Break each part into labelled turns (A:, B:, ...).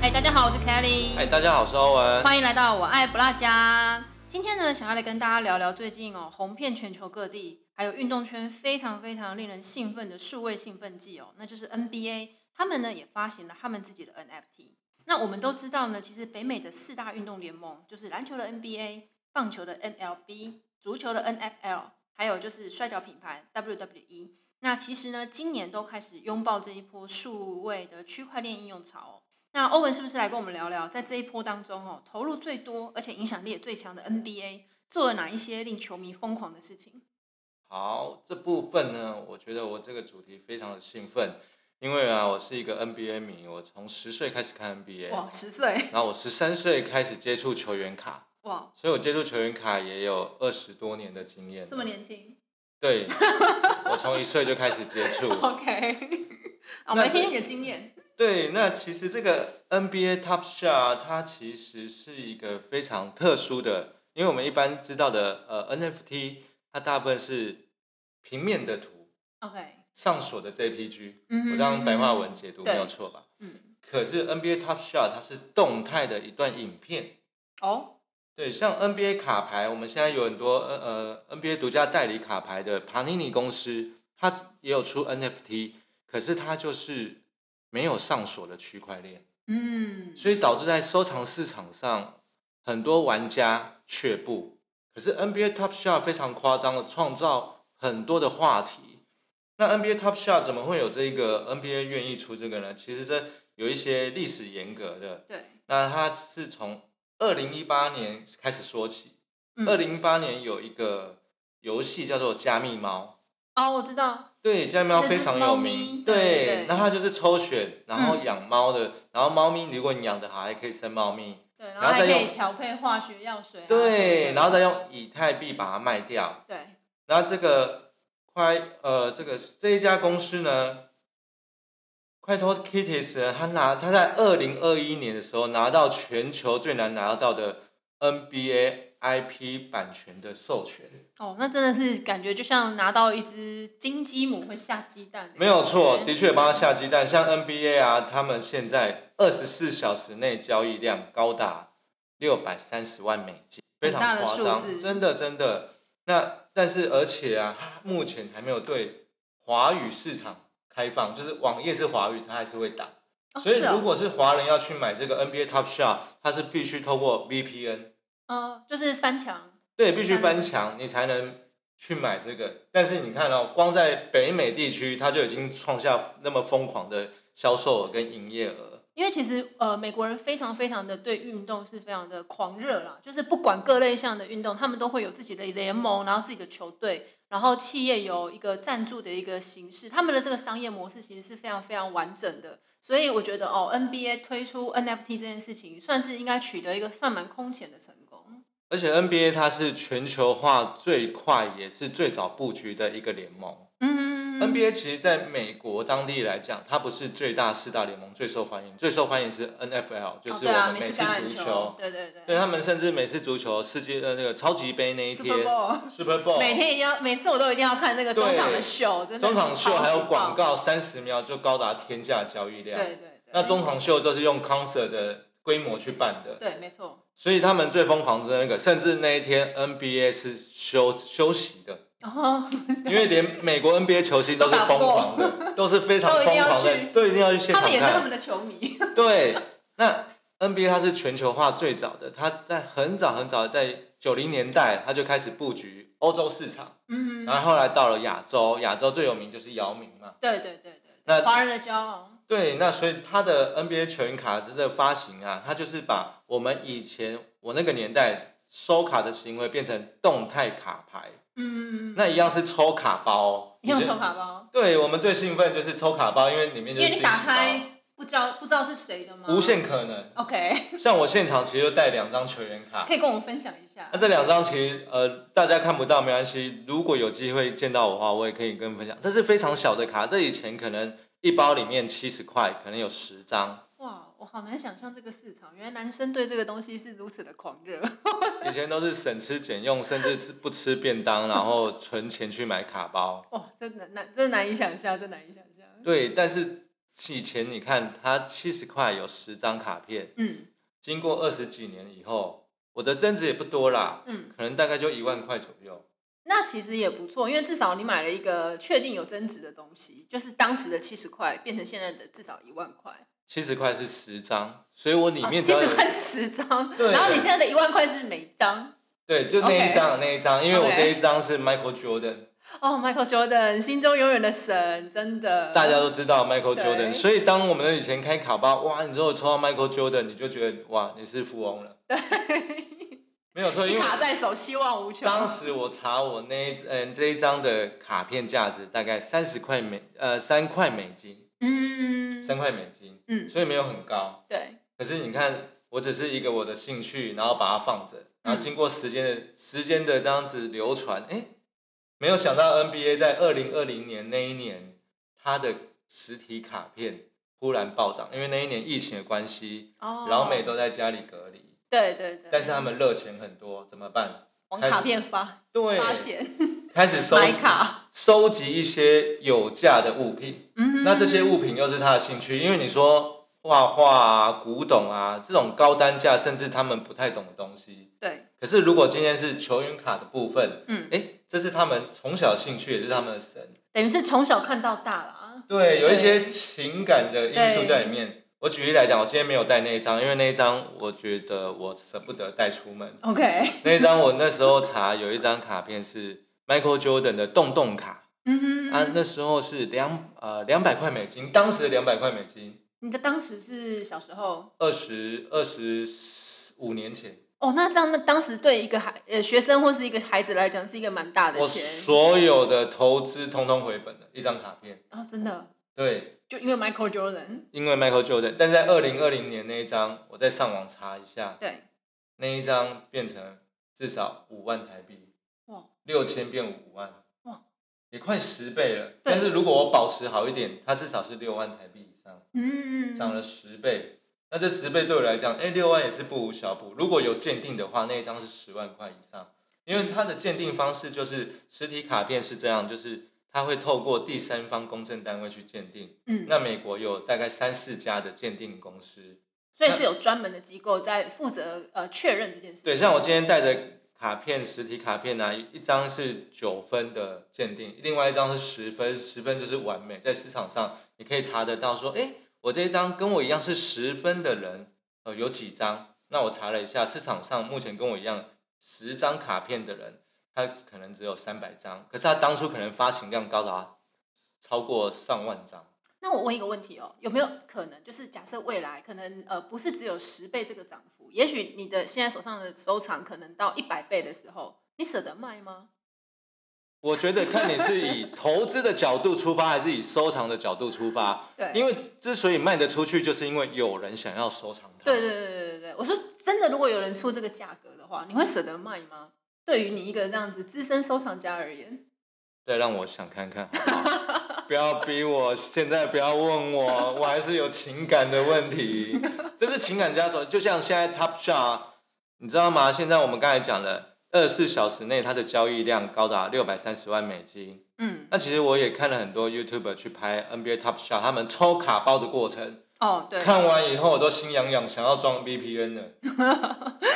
A: 嗨，大家好，我是 Kelly，、
B: 嗨，哎大家好，我是欧文。
A: 欢迎来到我爱不辣家。今天呢，想要来跟大家聊聊最近哦红遍全球各地，还有运动圈非常非常令人兴奋的数位兴奋剂哦，那就是 NBA。他们呢也发行了他们自己的 NFT。那我们都知道呢，其实北美的四大运动联盟就是篮球的 NBA、棒球的 NLB、足球的 NFL，还有就是摔跤品牌 WWE。那其实呢，今年都开始拥抱这一波数位的区块链应用潮、哦。那欧文是不是来跟我们聊聊，在这一波当中哦，投入最多而且影响力也最强的 NBA 做了哪一些令球迷疯狂的事情？
B: 好，这部分呢，我觉得我这个主题非常的兴奋，因为啊，我是一个 NBA 迷，我从十岁开始看 NBA，
A: 哇，十岁，
B: 然后我十三岁开始接触球员卡，
A: 哇，
B: 所以我接触球员卡也有二十多年的经验。
A: 这么年轻
B: 对，我从一岁就开始接触。
A: ，OK，好我
B: 那
A: 们来听
B: 这
A: 听你的经验，
B: 对，那其实这个 NBA Top Shot 它其实是一个非常特殊的，因为我们一般知道的呃 NFT，它大部分是平面的图
A: OK，
B: 上锁的 JPG，
A: 嗯哼
B: 我这样白话文解读
A: 对
B: 没有错吧？
A: 嗯，
B: 可是 NBA Top Shot 它是动态的一段影片，
A: 哦，
B: 对，像 NBA 卡牌，我们现在有很多呃呃 NBA 独家代理卡牌的帕尼尼公司，它也有出 NFT，可是它就是没有上锁的区块链。
A: 嗯，
B: 所以导致在收藏市场上，很多玩家却步。可是 NBA Top Shot 非常夸张的创造很多的话题。那 NBA Top Shot 怎么会有这个 NBA 愿意出这个呢？其实这有一些历史严格的。
A: 对，
B: 那它是从二零一八年开始说起。
A: 嗯
B: 二零一八年有一个游戏叫做加密猫。
A: 哦，我知道，
B: 对，家猫非常有
A: 那只猫咪
B: 名。
A: 对对
B: 那它就是抽选，然后
A: 嗯
B: 养猫的，然后猫咪如果你养的好，还可以生猫咪。
A: 对，然
B: 然
A: 后
B: 后
A: 还
B: 再
A: 可
B: 用
A: 以调配化学药水啊什么的，
B: 对，然后再用以太币把它卖掉。
A: 对，
B: 然后这个快呃，这个这一家公司呢，快偷 Kitties 呢，他拿他在二零二一年的时候拿到全球最难拿到的 NBA IP 版权的授权。
A: 哦，那真的是感觉就像拿到一只金鸡母会下鸡蛋，
B: 没有错，的确帮他下鸡蛋。像 NBA 啊，他们现在二十四小时内交易量高达六百三十万美金，非常
A: 很大的
B: 夸
A: 数
B: 张，
A: 字
B: 真的真的。那但是而且啊，它目前还没有对华语市场开放，就是网页是华语，它还是会打。
A: 哦
B: 所以
A: 是哦
B: 如果是华人要去买这个 NBA Top Shot，它是必须透过 VPN，
A: 哦，就是翻墙。
B: 对，必须
A: 嗯
B: 翻墙，你才能去买这个。但是你看哦，光在北美地区，它就已经创下那么疯狂的销售额跟营业额。
A: 因为其实呃，美国人非常非常的对运动是非常的狂热啦，就是不管各类项的运动，他们都会有自己的联盟，然后自己的球队，然后企业有一个赞助的一个形式，他们的这个商业模式其实是非常非常完整的。所以我觉得哦，NBA 推出 NFT 这件事情，算是应该取得一个算蛮空前的成功。
B: 而且 NBA 它是全球化最快也是最早布局的一个联盟。
A: 嗯
B: NBA 其实在美国当地来讲，它不是最大四大联盟最受欢迎，最受欢迎是 NFL，就
A: 哦
B: 是
A: 对
B: 我
A: 啊，
B: 们
A: 美
B: 美
A: 式
B: 式
A: 橄
B: 足
A: 榄球
B: 球，。
A: 对对对
B: 对他啊们甚至美式足球世界呃那个超级杯那一
A: s u
B: 天
A: p e r Bowl。
B: Super Bowl，
A: 每天一定要，每次我都一定要看那个中场的
B: 对
A: 秀，真的
B: 中场
A: 是
B: 秀
A: 超
B: 还有
A: 级
B: 广
A: 棒，
B: 告三十秒就高达天价交易量。
A: 对对对，
B: 那中场秀都是用 concert 的规模去办的，
A: 对没错，
B: 所以他们最疯狂的那个，甚至那一天 NBA 是休休息 的，
A: 然后
B: 因为连美国 NBA 球星都是疯狂的， 都是非常
A: 都一定
B: 疯
A: 要
B: 狂
A: 去
B: 的，都一定要去现
A: 他
B: 场
A: 们也是他
B: 看
A: 们。的球 迷，
B: 对，那 NBA 它是全球化最早的，它在很早很早，在九零年代它就开始布局欧洲市场，
A: 嗯，
B: 然后后来到了亚洲，亚洲最有名就是姚明嘛。
A: 对对对对对，
B: 那
A: 华人的骄傲，
B: 对，那所以它的 NBA 球员卡这个发行啊，它就是把我们以前我那个年代收卡的行为变成动态卡牌，
A: 嗯，
B: 那一样是抽卡包、哦。
A: 用
B: 以前
A: 手卡包，
B: 对我们最兴奋就是抽卡包，因为里面
A: 因
B: 就是
A: 为你
B: 惊
A: 打
B: 喜包
A: 开不知道不知道是谁的吗？
B: 无限可能。
A: ，OK，
B: 像我现场其实就带两张球员 卡
A: 可，以跟我们分享一下
B: 那，这两张其实呃大家看不到没关系，如果有机会见到我的话，我也可以跟你分享。这是非常小的卡，这以前可能一包里面七十块，可能有十张。
A: 哇，我好难想象这个市场，原来男生对这个东西是如此的狂热，
B: 以前都是省吃俭用，甚至吃不吃便当，然后存钱去买卡包。
A: 哇，真的难，真的难以想象，真的难以想象，
B: 对，但是以前你看它七十块有十张卡片，
A: 嗯
B: 经过二十几年以后，我的增值也不多啦，
A: 嗯，
B: 可能大概就一万块左右。
A: 那其实也不错，因为至少你买了一个确定有增值的东西，就是当时的七十块变成现在的至少一万块，
B: 七十块是十张，所以我里面只
A: 哦七
B: 要
A: 十
B: 有、
A: 块是十张，
B: 对
A: 然后你现在的一万块是每张。
B: 对，就那一张那一张，因为我
A: OK
B: 这一张是 Michael Jordan，
A: 哦、m i c h a e l Jordan，心中永远的神，真的。
B: 大家都知道 Michael
A: 对
B: Jordan，所以当我们以前开卡包，哇，你如果抽到 Michael Jordan，你就觉得哇，你是富翁了。对， 没有错，因
A: 一
B: 为
A: 卡在手，希望无穷。
B: 当时我查我那一嗯、这一张的卡片价值大概三十块美呃三块美金，
A: 嗯
B: 三块美金，
A: 嗯，
B: 所以没有很高。
A: 对，
B: 可是你看，我只是一个我的兴趣，然后把它放着，然后经过时间的、时间的这样子流传，哎，没有想到 NBA 在二零二零年那一年，它的实体卡片忽然暴涨，因为那一年疫情的关系，
A: 哦，
B: 老美都在家里隔离，
A: 对对对，
B: 但是他们热钱很多，怎么办？
A: 往卡片发
B: 对，
A: 发钱
B: 开始收
A: 买卡，
B: 收集一些有价的物品，
A: 嗯，
B: 那这些物品又是他的兴趣，因为你说画画啊、古董啊这种高单价，甚至他们不太懂的东西。
A: 对，
B: 可是如果今天是球员卡的部分，
A: 嗯，
B: 哎，这是他们从小兴趣，也是他们的神。
A: 等于是从小看到大啊啦。
B: 对，有一些
A: 对
B: 情感的因素在里面。我举例来讲，我今天没有带那一张，因为那一张我觉得我舍不得带出门。
A: OK，
B: 那一张我那时候查有一张卡片是 Michael Jordan 的洞洞卡，
A: 嗯
B: 啊
A: 哼，，
B: 那时候是两呃两百块美金，当时的两百块美金，
A: 你的当时是小时候
B: 二十二十五年前，
A: 哦，那这样那当时对一个孩呃学生或是一个孩子来讲是一个蛮大的
B: 我
A: 钱
B: 所有的投资通通回本了，一张卡片。
A: 啊、真的，
B: 对，
A: 就因为 Michael Jordan
B: 因为 Michael Jordan，但在二零二零年那一张，我再上网查一下，
A: 对，
B: 那一张变成至少五万台币，
A: 哇
B: 六千变五万，
A: 哇，
B: 也快十倍了。但是如果我保持好一点，它至少是六万台币以上。
A: 嗯，
B: 涨了十倍。那这十倍对我来讲，哎、六万也是不无小补。如果有鉴定的话，那一张是十万块以上，因为它的鉴定方式就是实体卡片是这样，就是它会透过第三方公证单位去鉴定。
A: 嗯，
B: 那美国有大概三四家的鉴定公司，
A: 所以是有专门的机构在负责呃确认这件事情。
B: 对，像我今天带的卡片，实体卡片呢、一张是九分的鉴定，另外一张是十分，十分就是完美，在市场上你可以查得到说，哎，我这一张跟我一样是十分的人，呃，有几张？那我查了一下，市场上目前跟我一样十张卡片的人，他可能只有三百张，可是他当初可能发行量高达超过上万张。
A: 那我问一个问题哦，有没有可能就是假设未来可能呃不是只有十倍这个涨幅，也许你的现在手上的收藏可能到一百倍的时候，你舍得卖吗？
B: 我觉得看你是以投资的角度出发，还是以收藏的角度出发。
A: 对
B: 因为之所以卖得出去，就是因为有人想要收藏它。
A: 对对对对对对，我说真的，如果有人出这个价格的话，你会舍得卖吗？对于你一个这样子资深收藏家而言，
B: 再让我想看 看好不好不要逼我，现在不要问我，我还是有情感的问 题。这是情感枷锁，就像现在 Top Shot，你知道吗？现在我们刚才讲了，二十四小时内它的交易量高达六百三十万美金。
A: 嗯，
B: 那其实我也看了很多 YouTuber 去拍 NBA Top Shot，他们抽卡包的过程。
A: 哦对，
B: 看完以后我都心痒痒，想要装 VPN 了。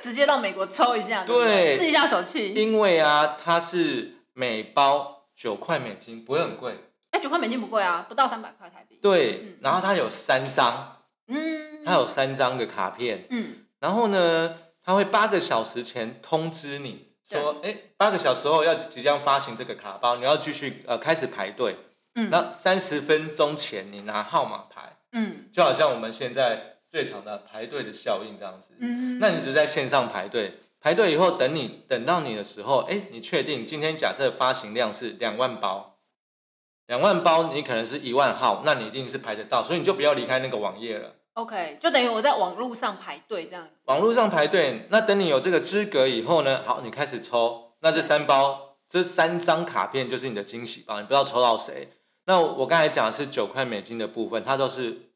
A: 直接到美国抽一下，不
B: 对
A: 试一下手气，
B: 因为啊，它是每包九块美金，不会很贵。
A: 哎，九块美金不贵啊，不到三百块台币，
B: 对，然后它有三张，
A: 嗯，
B: 它有三张的卡片。
A: 嗯，
B: 然后呢，它会八个小时前通知你说，哎，八个小时后要即将发行这个卡包，你要继续呃开始排队。
A: 嗯
B: 那三十分钟前你拿号码牌，
A: 嗯
B: 就好像我们现在最常的排队的效应这样子。
A: 嗯，
B: 那你只是在线上排队，排队以后等你等到你的时候，哎，你确定今天假设发行量是两万包，两万包你可能是一万号，那你一定是排得到，所以你就不要离开那个网页了。
A: OK，就等于我在网络上排队这样子，
B: 网络上排队，那等你有这个资格以后呢，好，你开始抽，那这三包这三张卡片就是你的惊喜包，你不知道抽到谁。那我刚才讲的是九块美金的部分，它都是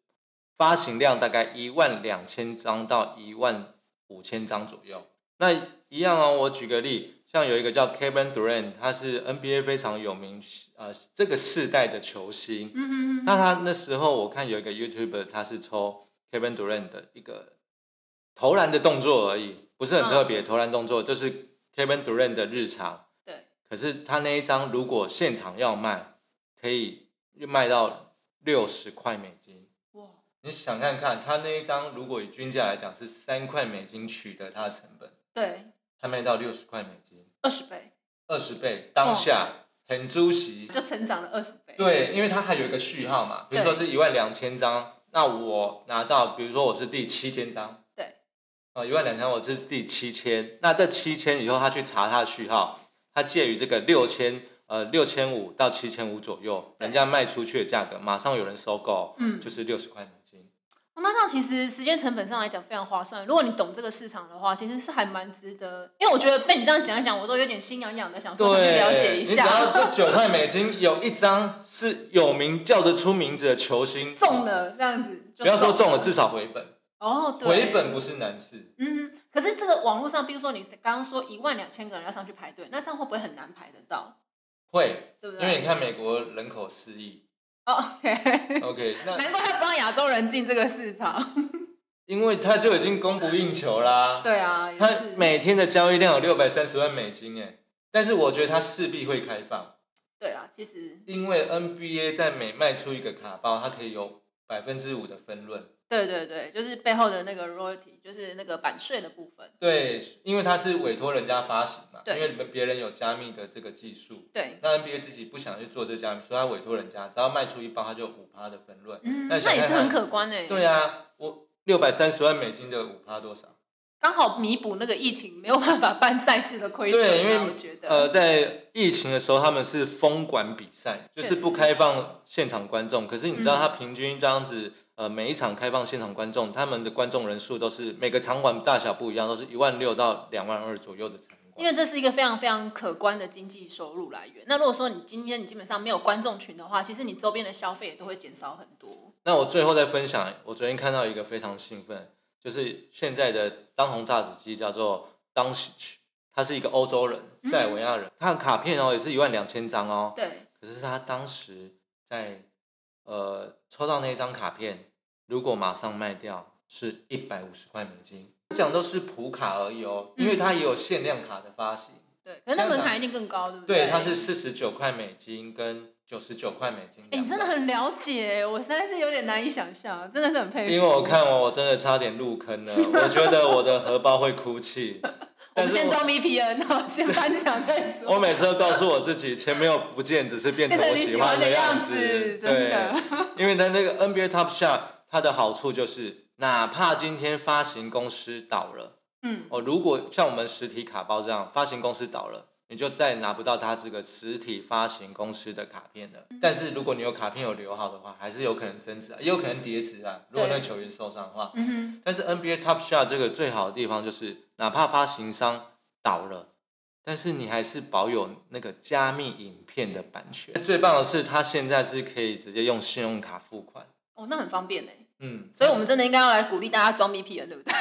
B: 发行量大概一万两千张到一万五千张左右。那一样哦，我举个例，像像有一个叫 Kevin Durant，他是 NBA 非常有名呃这个世代的球星。
A: 嗯嗯嗯，
B: 那他那时候我看有一个 YouTuber，他是抽 Kevin Durant 的一个投篮的动作而已，不是很特别。投篮动作就是 Kevin Durant 的日常。
A: 对。
B: 可是他那一张如果现场要卖，可以卖到六十块美金。
A: 哇，
B: 你想看看，他那一张如果以均价来讲是三块美金取得它的成本，
A: 对，
B: 他卖到六十块美金，
A: 二十倍
B: 二十倍当下很猪席。
A: 就成长了二十倍。
B: 对，因为它还有一个序号嘛，比如说是一万两千张，那我拿到，比如说我是第七千张，
A: 对，
B: 啊，一万两千我这是第七千，那这七千以后他去查他的序号，他介于这个六千呃六千五到七千五左右，
A: 对
B: 人家卖出去的价格，马上有人收购，
A: 嗯
B: 就是六十块美金。
A: 哦那这样其实时间成本上来讲非常划算。如果你懂这个市场的话，其实是还蛮值得。因为我觉得被你这样讲一讲，我都有点心痒痒的，想说去
B: 对，
A: 了解一
B: 你只要
A: 下。
B: 这九块美金有一张是有名叫得出名字的球星，
A: 中，了这样子，就
B: 不要说中了，
A: 了
B: 至少回本，
A: 哦，对，
B: 回本不是难事。
A: 嗯，可是这个网络上，比如说你刚刚说一万两千个人要上去排队，那这样会不会很难排得到？
B: 会，
A: 对不
B: 因
A: 对？
B: 为你看美国人口四亿
A: 哦，OK，
B: ，OK，那
A: 难怪他不让亚洲人进这个市场。
B: 因为他就已经供不应求啦。
A: 对啊，也
B: 他
A: 是
B: 每天的交易量有六百三十万美金诶，但是我觉得他势必会开放，
A: 对啦，其实
B: 因为 NBA 在每卖出一个卡包，它可以有百分之五的分润。
A: 对对对，就是背后的那个 royalty，就是那个版税的部分。
B: 对，因为它是委托人家发行嘛，因
A: 对
B: 为别人有加密的这个技术，
A: 对，
B: 那 NBA 自己不想去做这加密，所以他委托人家，只要卖出一包，他就五趴的分润。
A: 嗯，
B: 那
A: 那
B: 想
A: 也是
B: 看看
A: 很可观欸诶、
B: 对啊，我六百三十万美金的五趴多少？
A: 刚好弥补那个疫情没有办法办赛事的亏损啊。
B: 对，因为
A: 我觉得，
B: 呃，在疫情的时候，他们是封管比赛，就
A: 确
B: 是不
A: 实
B: 开放现场观众。可是你知道，
A: 嗯
B: 他平均这样子，呃，每一场开放现场观众，他们的观众人数都是每个场馆大小不一样，都是一万六到两万二左右的场
A: 因
B: 馆。
A: 为这是一个非常非常可观的经济收入来源。那如果说你今天你基本上没有观众群的话，其实你周边的消费也都会减少很多。
B: 那我最后再分享，我昨天看到一个非常兴奋，就是现在的当红炸子鸡叫做 d o n c i c 他是一个欧洲人，塞尔维亚人，他的卡片哦也是一万两千张哦，
A: 对，
B: 可是他当时在呃抽到那张卡片，如果马上卖掉是一百五十块美金。讲都是普卡而已哦，因
A: 嗯
B: 为它也有限量卡的发行，
A: 对，可是那门槛一定更高，对不
B: 对，
A: 对，
B: 它是。四十九块美金跟九十九块美金。
A: 哎、你真的很了解，欸我实在是有点难以想象，真的是很佩服。
B: 因为我看完我真的差点入坑了，我觉得我的荷包会哭泣。
A: 我
B: 但
A: 们
B: 是
A: 先
B: 我
A: 装 VPN，然后先分享再说。
B: 我每次都告诉我自己，钱没有不见，只是变成
A: 变
B: 我
A: 成你喜
B: 欢
A: 欢的
B: 样
A: 样子真的
B: 对，因为它那个 NBA Top Shot 它的好处就是，哪怕今天发行公司倒了，
A: 嗯，
B: 哦，如果像我们实体卡包这样，发行公司倒了。你就再拿不到它这个实体发行公司的卡片了。
A: 嗯
B: 但是如果你有卡片有留好的话，还是有可能增值啊，也有可能叠值啊。如果那个
A: 对
B: 球员受伤的话，
A: 嗯哼，
B: 但是 NBA Top Shot 这个最好的地方就是，哪怕发行商倒了，但是你还是保有那个加密影片的版权。最棒的是，它现在是可以直接用信用卡付款。
A: 哦，那很方便呢。
B: 嗯，
A: 所以我们真的应该要来鼓励大家装 VPN，对不对？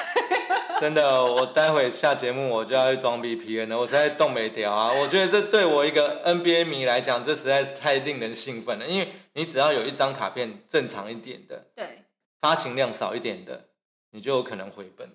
B: 真的，我待会下节目我就要去装 VPN 了，我实在动没掉啊！我觉得这对我一个 NBA 迷来讲，这实在太令人兴奋了，因为你只要有一张卡片正常一点的，
A: 对，
B: 发行量少一点的，你就有可能回本了。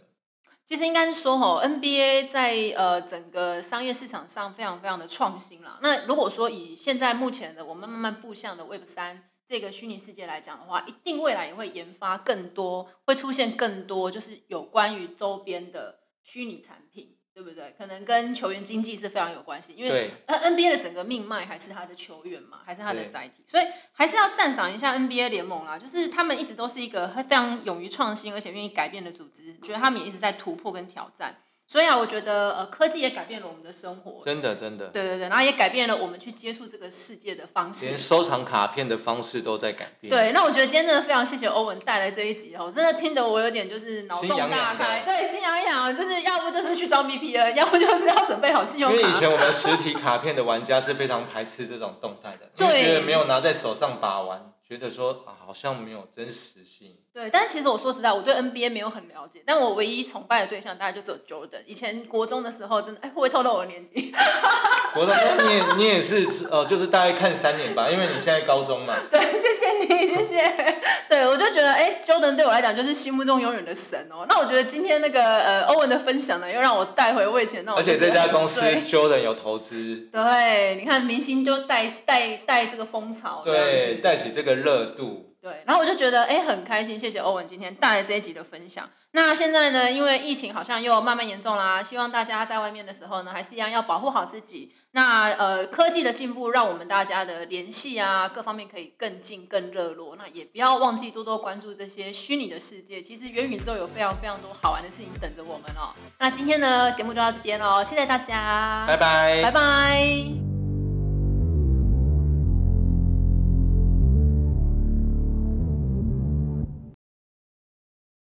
A: 其实应该是说吼 NBA 在呃整个商业市场上非常非常的创新啦。那如果说以现在目前的我们慢慢步向的 Web 三这个虚拟世界来讲的话，一定未来也会研发更多，会出现更多就是有关于周边的虚拟产品，对不对？可能跟球员经济是非常有关系，因为
B: 对
A: 呃 NBA 的整个命脉还是他的球员嘛，还是他的
B: 对
A: 载体，所以还是要赞赏一下 NBA 联盟啦。就是他们一直都是一个非常勇于创新，而且愿意改变的组织，觉得他们也一直在突破跟挑战。所以啊，我觉得呃，科技也改变了我们的生活，
B: 真的，真的。
A: 对对对，然后也改变了我们去接触这个世界的方式
B: 连。收藏卡片的方式都在改变。，
A: 对，那我觉得今天真的非常谢谢欧文带来这一集哦，真的听得我有点就是脑洞
B: 心痒
A: 大
B: 痒的
A: 开，对，心痒痒，就是要不就是去装 VPN，要不就是要准备好信用
B: 因为以
A: 卡。
B: 前我们实体卡片的玩家是非常排斥这种动态的，
A: 对
B: 因为觉得没有拿在手上把玩，觉得说啊好像没有真实性。
A: 对，但是其实我说实在，我对 NBA 没有很了解，但我唯一崇拜的对象大概就只有 Jordan。以前国中的时候，真的，哎，会不会透露我的年纪？
B: 我的那你也你也是呃，就是大概看三年吧，因为你现在高中嘛。
A: 对，谢谢你，谢谢。对，我就觉得，哎，Jordan 对我来讲就是心目中永远的神哦。那我觉得今天那个呃欧文的分享呢，又让我带回我以前那种
B: 而
A: 就是
B: 且
A: 很醉，
B: 这家公司 Jordan 有投资，
A: 对，你看明星就带带带这个风潮，哦这样子
B: 对，带起这个热度。
A: 对，然后我就觉得哎、诶很开心，谢谢欧文今天带来这一集的分享。那现在呢，因为疫情好像又慢慢严重啦，希望大家在外面的时候呢，还是一样要保护好自己。那呃，科技的进步让我们大家的联系啊，各方面可以更近、更热络。那也不要忘记多多关注这些虚拟的世界。其实元宇宙有非常非常多好玩的事情等哦着我们哦。那今天呢，节目就到这边喽，谢谢大家，
B: 拜拜
A: 拜拜